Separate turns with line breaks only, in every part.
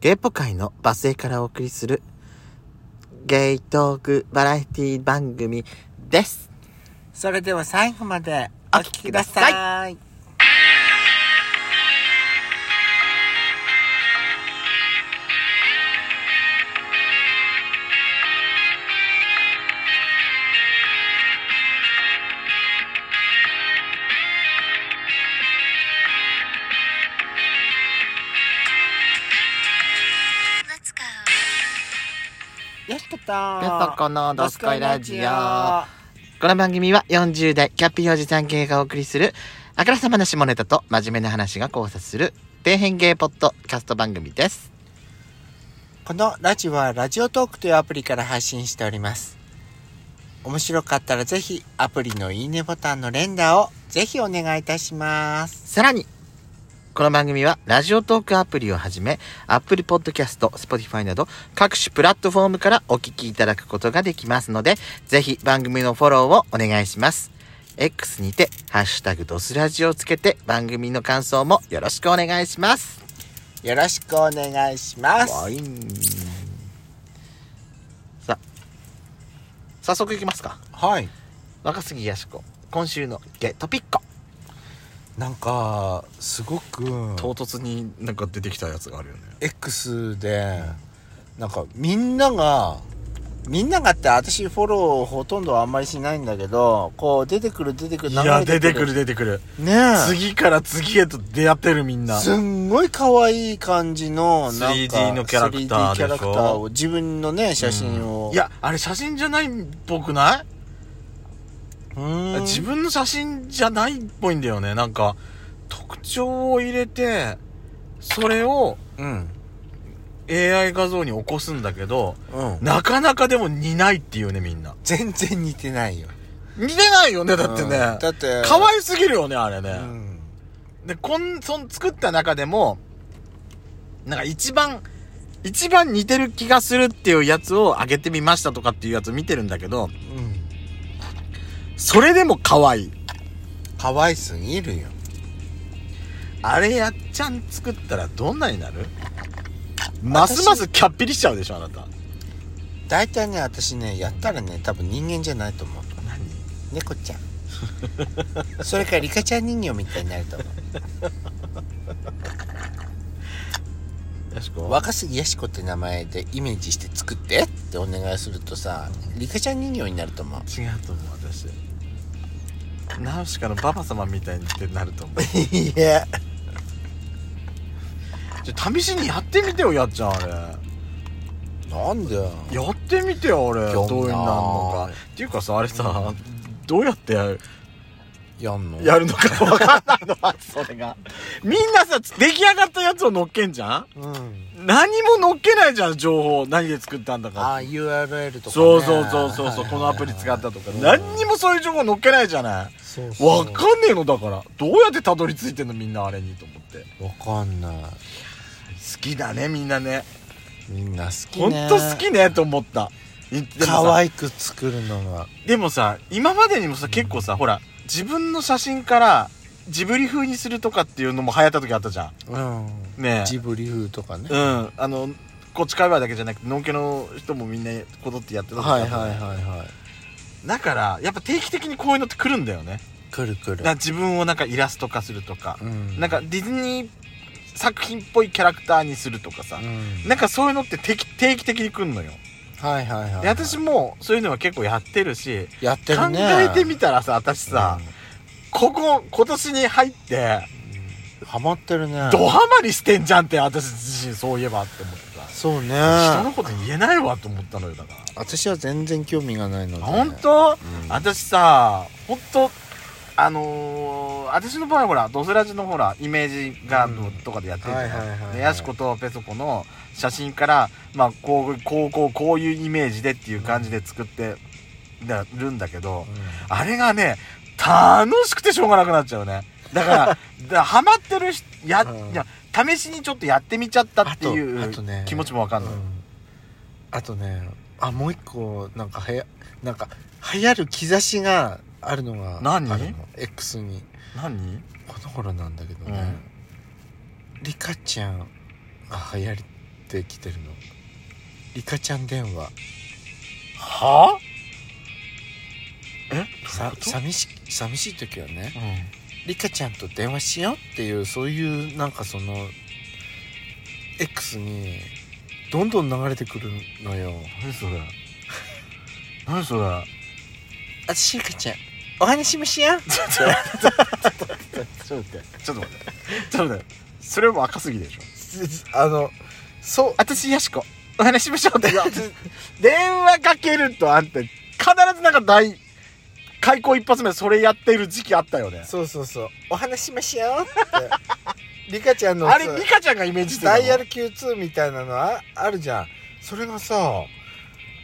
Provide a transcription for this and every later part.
ゲイポ界のバスへからお送りするゲイトークバラエティ番組です。
それでは最後まで
お
お
聞き
聞き
く
く
だ
だ
さい
さい。よしこと。
ゲストこのドスコイラジオ。
は
この番組は40代キャッピーおじさん系がお送りするあからさまな下ネタと真面目な話が交差する底辺ゲイポッドキャスト番組です。
このラジオはラジオトークというアプリから配信しております。面白かったらぜひアプリのいいねボタンの連打をぜひお願いいたします。
さらに、この番組はラジオトークアプリをはじめ、Apple Podcast、Spotify など各種プラットフォームからお聞きいただくことができますので、ぜひ番組のフォローをお願いします。X にて、ハッシュタグドスラジをつけて番組の感想もよろしくお願いします。
よろしくお願いします。
わいんさあ、早速いきますか。
はい。
若杉やしこ、今週のゲトピッコ。
なんか、すごく、
突になんか出てきたやつがあるよね。
X で、なんかみんなが、みんながって私フォローほとんどあんまりしないんだけど、こう出てくる出てくる
いや、出てくる。出てくる。
ねえ。
次から次へと出会ってるみんな。
すんごい可愛い感じの、なんか、
3D のキャラクター
3D キャラ
でし
クター
ょ
を、自分のね、写真を。
い、や、あれ写真じゃないっぽくな
うん
い、。自分の写真じゃないっぽいんだよね。なんか、特徴を入れて、それを
うん。
AI 画像に起こすんだけど、
うん。
なかなかでも似ないっていうね、みんな。
全然似てないよ。
似てないよね、 だってね。
うんだって、
可愛すぎるよね、あれ
い
ね。
うん。
で、こん、そん、作った中でも、なんか一番、一番似てる気がするっていうやつを上げてみましたとかっていうやつ見てるんだけど、
うん。
それでも可愛い。
可愛すぎるよ。
あれやっちゃん作ったらどんなになるますますキャッピリしちゃうでしょ、あなた。
大体ね、私ね、やったらね、多分人間じゃないと思う。
何
猫ちゃん。それからリカちゃん人形みたいになると 思
よし
う。
こ。
若杉やしこって名前でイメージして作ってってお願いするとさ、リカちゃん人形になると思う。
違うと思う、私。ナウシカのババ様みたいにってなると思う。
いや。
ちょ試しにやってみてよ、やっちゃん、あれ。
なんだよ。
やってみてよあれ
興
どい
味ないう
うなんのかっていうかさあれさどうやってやる
やんの
やるのか分かんないの はそれがみんなさ出来上がったやつを乗っけんじゃ
うん。
ん何も乗っけないじゃん情報何で作ったんだ
あ
か
あ URL とか、ね、
そうそうそうそうそう
はいはいはい
このアプリ使ったとか
うん
何にもそういう情報乗っけないじゃない
そうそう
分かんねえのだからどうやってたどり着いてんのみんなあれにと思って
わかんない
好きだねみんなね
みんな好き
ほん
ね
と好きねと思ったいでもさ
可愛く作るのが
でもさ今までにもさ結構さほら自分の写真からジブリ風にするとかっていうのも流行った時あったじゃ
うん
んね
ジ
え
ブリ風とかね
うんあのこっち界隈だけじゃなくてのんけの人もみんなこぞってやってた時あっ
はい
た
はい
じゃん
はいはい
だからやっぱ定期的にこういうのって来るんだよね
くるく
だ
る
から自分をなんかイラスト化するとか
う、ん
なんかディズニー作品っぽいキャラクターにするとかさ
う、ん
なんかそういうのって定期定期的に来るのよ、
はいはいはい
で私もそういうのは結構やってるし
やって
考
るね
えてみたらさ私さ、ここ、今年に入って、
うんハマってるね
ドハマりしてんじゃんって、私自身そういえばって思って
そうね
た。人のこと言えないわと思ったのよ、だか
私は全然興味がないので
ら。本当
うん
私さ、本当あのー、私の場合はほら、ドスラジのほら、イメージガードとかでやってるじ
うんはいは
ゃ
いはいはい
ん。で、ヤシコとペソコの写真から、まあ、こう、こう、こう、こういうイメージでっていう感じで作ってなるんだけど、あれがね、楽しくてしょうがなくなっちゃうね。だから、だ からハマってるし、や、
うん
いや、試しにちょっとやってみちゃったってい
あとあとね
う気持ちもわかんない。
うんあとねあもう一個なんかはやなんか流行る兆しがあるのが
何
あるの X に
何
この頃なんだけどね、リカちゃんが流行りてきてるのリカちゃん電話
はあえ
さ寂し寂しい時はねリカちゃんと電話しようっていうそういうなんかその X にどんどん流れてくるのよ
何それ何それ
あしリカちゃんお話もしよう
ちょっと待ってちょっと待ってちょっと待ってそれも赤すぎでしょ
あのそう
私やしこお話ししましょうって電話かけるとあんた必ずなんか大開口一発目それやってる時期あったよね
そうそうそうお話しましようってリカちゃんの
あれ
そう
リカちゃんがイメージしてる
ダイヤ
ル
ル Q2 みたいなのああるじゃんそれがさ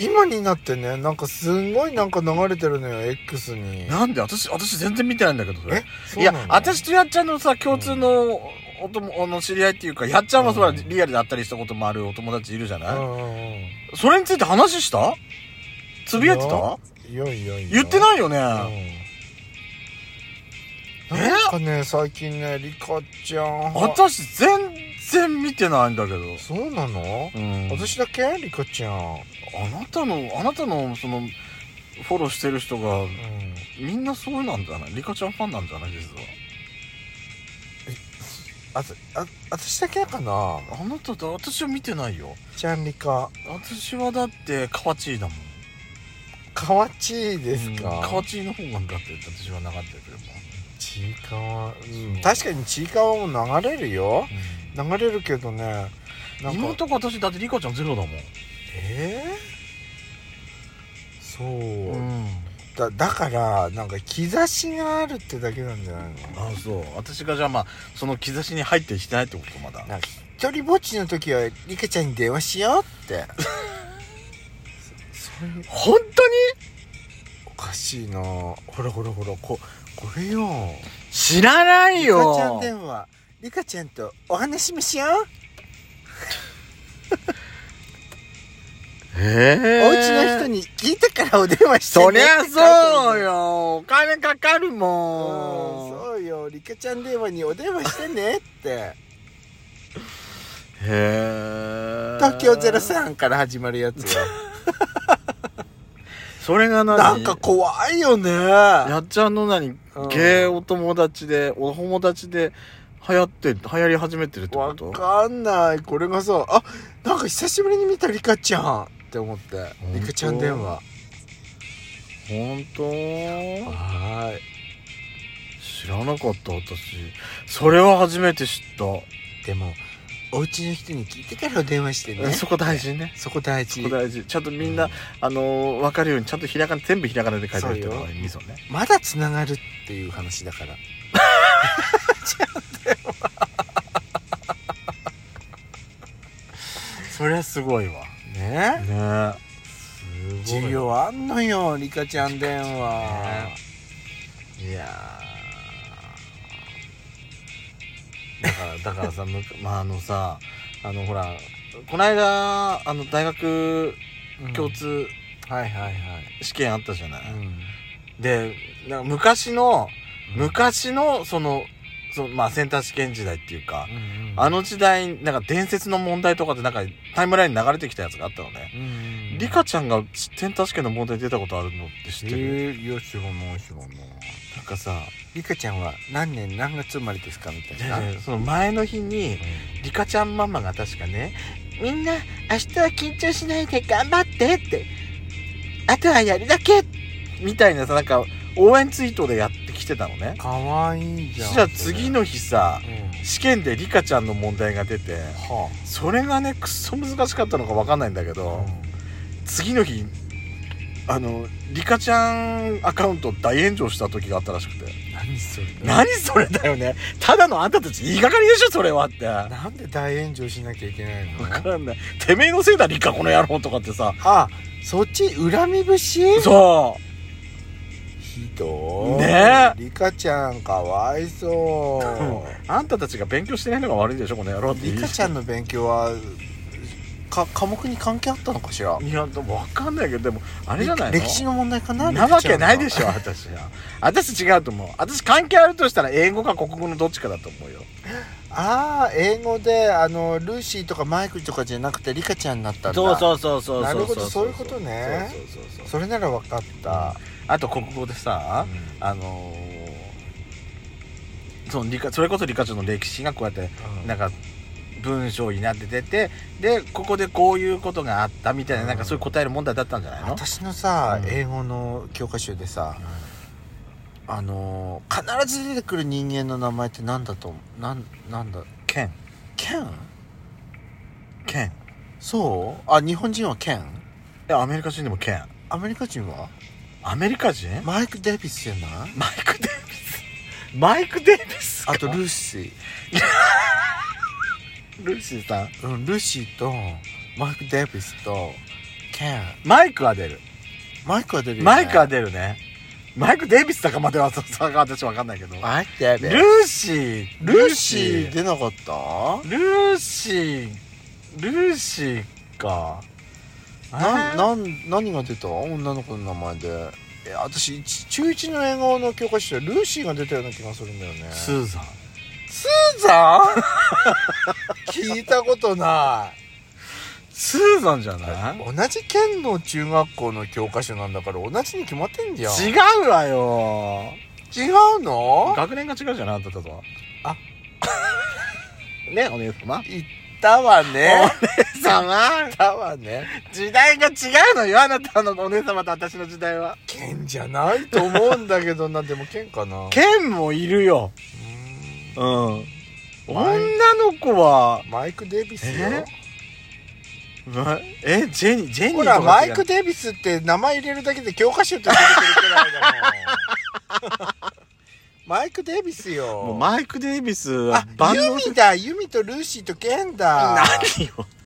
今になってねなんかすんごいなんか流れてるのよ X に
なんで私私全然見てないんだけどそれ
えそう
い
な
や
の
私とやっちゃんのさ共通のおともの知り合いっていうかやっちゃんもそら
うん
リアルで会ったりしたこともあるお友達いるじゃ
うん
ない、
うんうん
それについて話したつぶやいてた
いやいやいや
言ってないよね、
うんなんかね最近ねリカちゃん
私全然見てないんだけど、
そうなの、
うん
私だけリカちゃん、うん
あなたのあなたのそのフォローしてる人がみんなそうなんじゃないリカちゃんファンなんじゃないですか
あとあ私だけかな
あなただ私は見てないよ
ちゃんリカ
私はだってカワチーだもん
かわちいですか、
うんカワチーの方がだって私はなかったけども、
ちいかわ、
そう
確かにちいかわも流れるよ流れるけどねなんか
妹か私だってリカちゃんゼロだもん、
えー、そう、
ん、
だだからなんか兆しがあるってだけなんじゃないの
あそう私がじゃあまあその兆しに入ってしてないってことまだ
なんか一人ぼっちの時はリカちゃんに電話しようって そそれ
本当に
おかしいなほらほらほらここれよ
知らない
リカちゃん
よ
電話リカちゃんとお話もしよう
ええ
お家の人に聞いてからお電話してね
そりゃ
って書いてあるの
そうよお金かかる
うん
もん
そうよリカちゃん電話にお電話してねって
へえ
東京03から始まるやつよ
それが何
なんか怖いよね
やっちゃんの何
うん
ゲーお友達でお友達で流行って流行り始めてるってこ
わ
と
かんないこれがさあなんか久しぶりに見たリカちゃんって思って
当
リカちゃん電話
本当
はーい
知らなかった私それは初めて知った、
でもお家の人に聞いてからお電話して
え
ね
そこ大事ね
そこ大
そ
事
こ大事ちゃんとみんな、
うん
あのー分かるようにちゃんとひらがな全部ひらがなで書いてある人
そう
が
よ
いいぞね
まだつながるっていう話だから
そりゃすごいわ
ね
ねすごい
需要あんのよリカちゃん電話
いやーだからだからさむ くまああのさあのほらこの間あの大学共通
はいはいはい
試験あったじゃない、
うん
でなんか昔の、昔のそのそのまあセンター試験時代っていうか、
うんうん
あの時代なんか伝説の問題とかでなんかタイムラインに流れてきたやつがあったのね、
うんうん
リカちゃんがセンター試験の問題出たことあるのって知ってる、
えー、よしものしもの
なんかさ
リカちゃんは何年何月生まれですかみたいな、
でその前の日に、リカちゃんママが確かね、みんな明日は緊張しないで頑張ってって、あとはやるだけみたいなさ、なんか応援ツイートでやってきてたのね。
かわいい
そ
じゃん
したら次、の日さ
う、ん
試験でリカちゃんの問題が出て、
は
それがね、くっそ難しかったのかわかんないんだけ
あ
ど、次の日、あの、リカちゃんアカウント大炎上した時があったらしくて。
何それ
何それだよね。ただのあんたたち言いがかりでしょ、それはって。
なんで大炎上しなきゃいけないの
わからんない。てめえのせいだ、リカ、この野郎とかってさ。
あそっち恨み節
そ
ひどい
ねえ
リカちゃんかわ いそうう
あんたたちが勉強してないのが悪いでしょ、この野郎って言う。
リカちゃんの勉強はか科目に関係あったのかしら
いや、でもわかんないけど、でも、あれじゃないの
歴史の問題かな
なわけないで
ょ
しょ、私は。私違うと思う。私関係あるとしたら、英語か国語のどっちかだと思うよ。
ああ英語であのルーシーとかマイクとかじゃなくてリカちゃんになったんだ
そう
う
そうそうそうそう
なるほどそういうことね
そうそうそうそう
それなら分かった、
あと国語でさ、あのーその理科それこそ理科長の歴史がこうやって
うん
なんか文章になって出てでここでこういうことがあったみたいな,、
うん
なんかそういう答える問題だったんじゃないの
私のさ、
うん
英語の教科書でさ、あのー必ず出てくる人間の名前ってなんだと思うなんなんだ
ケン
ケン
ケン
そうあ日本人はケン
えアメリカ人でもケン
アメリカ人は
アメリカ人
マイク・デイビスじゃない
マイク・デイビスマイク・デイビスか
あとルーシ
ルーシーさん
ー、うん、ルーシーとマイク・デイビスとケン
マイクは出る
マイクは出るよ、ね、
マイクは出るねマイク・デイビスだかまではささ私わかんないけど
マイク・デイビ
ル
ス
ーシール
ルー
ーシ
シー
ー
出なかった
ルーシールーシーか
な
えー
なん何が出た女の子の名前でえ私一中1の英語の教科書でルーシーが出たような気がするんだよね
スーザン
ザン聞いたことな
スーザンじゃない
い同じ県の中学校の教科書なんだから同じに決まってんじゃん
違うわよ
違うの
学年が違うじゃないあんた とは
あ
ねお姉様
言ったわね
お姉様
言ったわね
時代が違うのよあなたのお姉様と私の時代は
県じゃないと思うんだけどなでも県かな
ケンもいるよう
う
ん女の子は
ーんマイク・デイビスよ
えわえジェニージェニー
ほら、
とか
マ
違う
イク・デイビスって名前入れるだけで教科書って出てくるくらいだ もん。マイク・デイビスよ。
もうマイク・デイビスは
あ、
万能
ユミだ、ユミとルーシーとケンだ。
何よ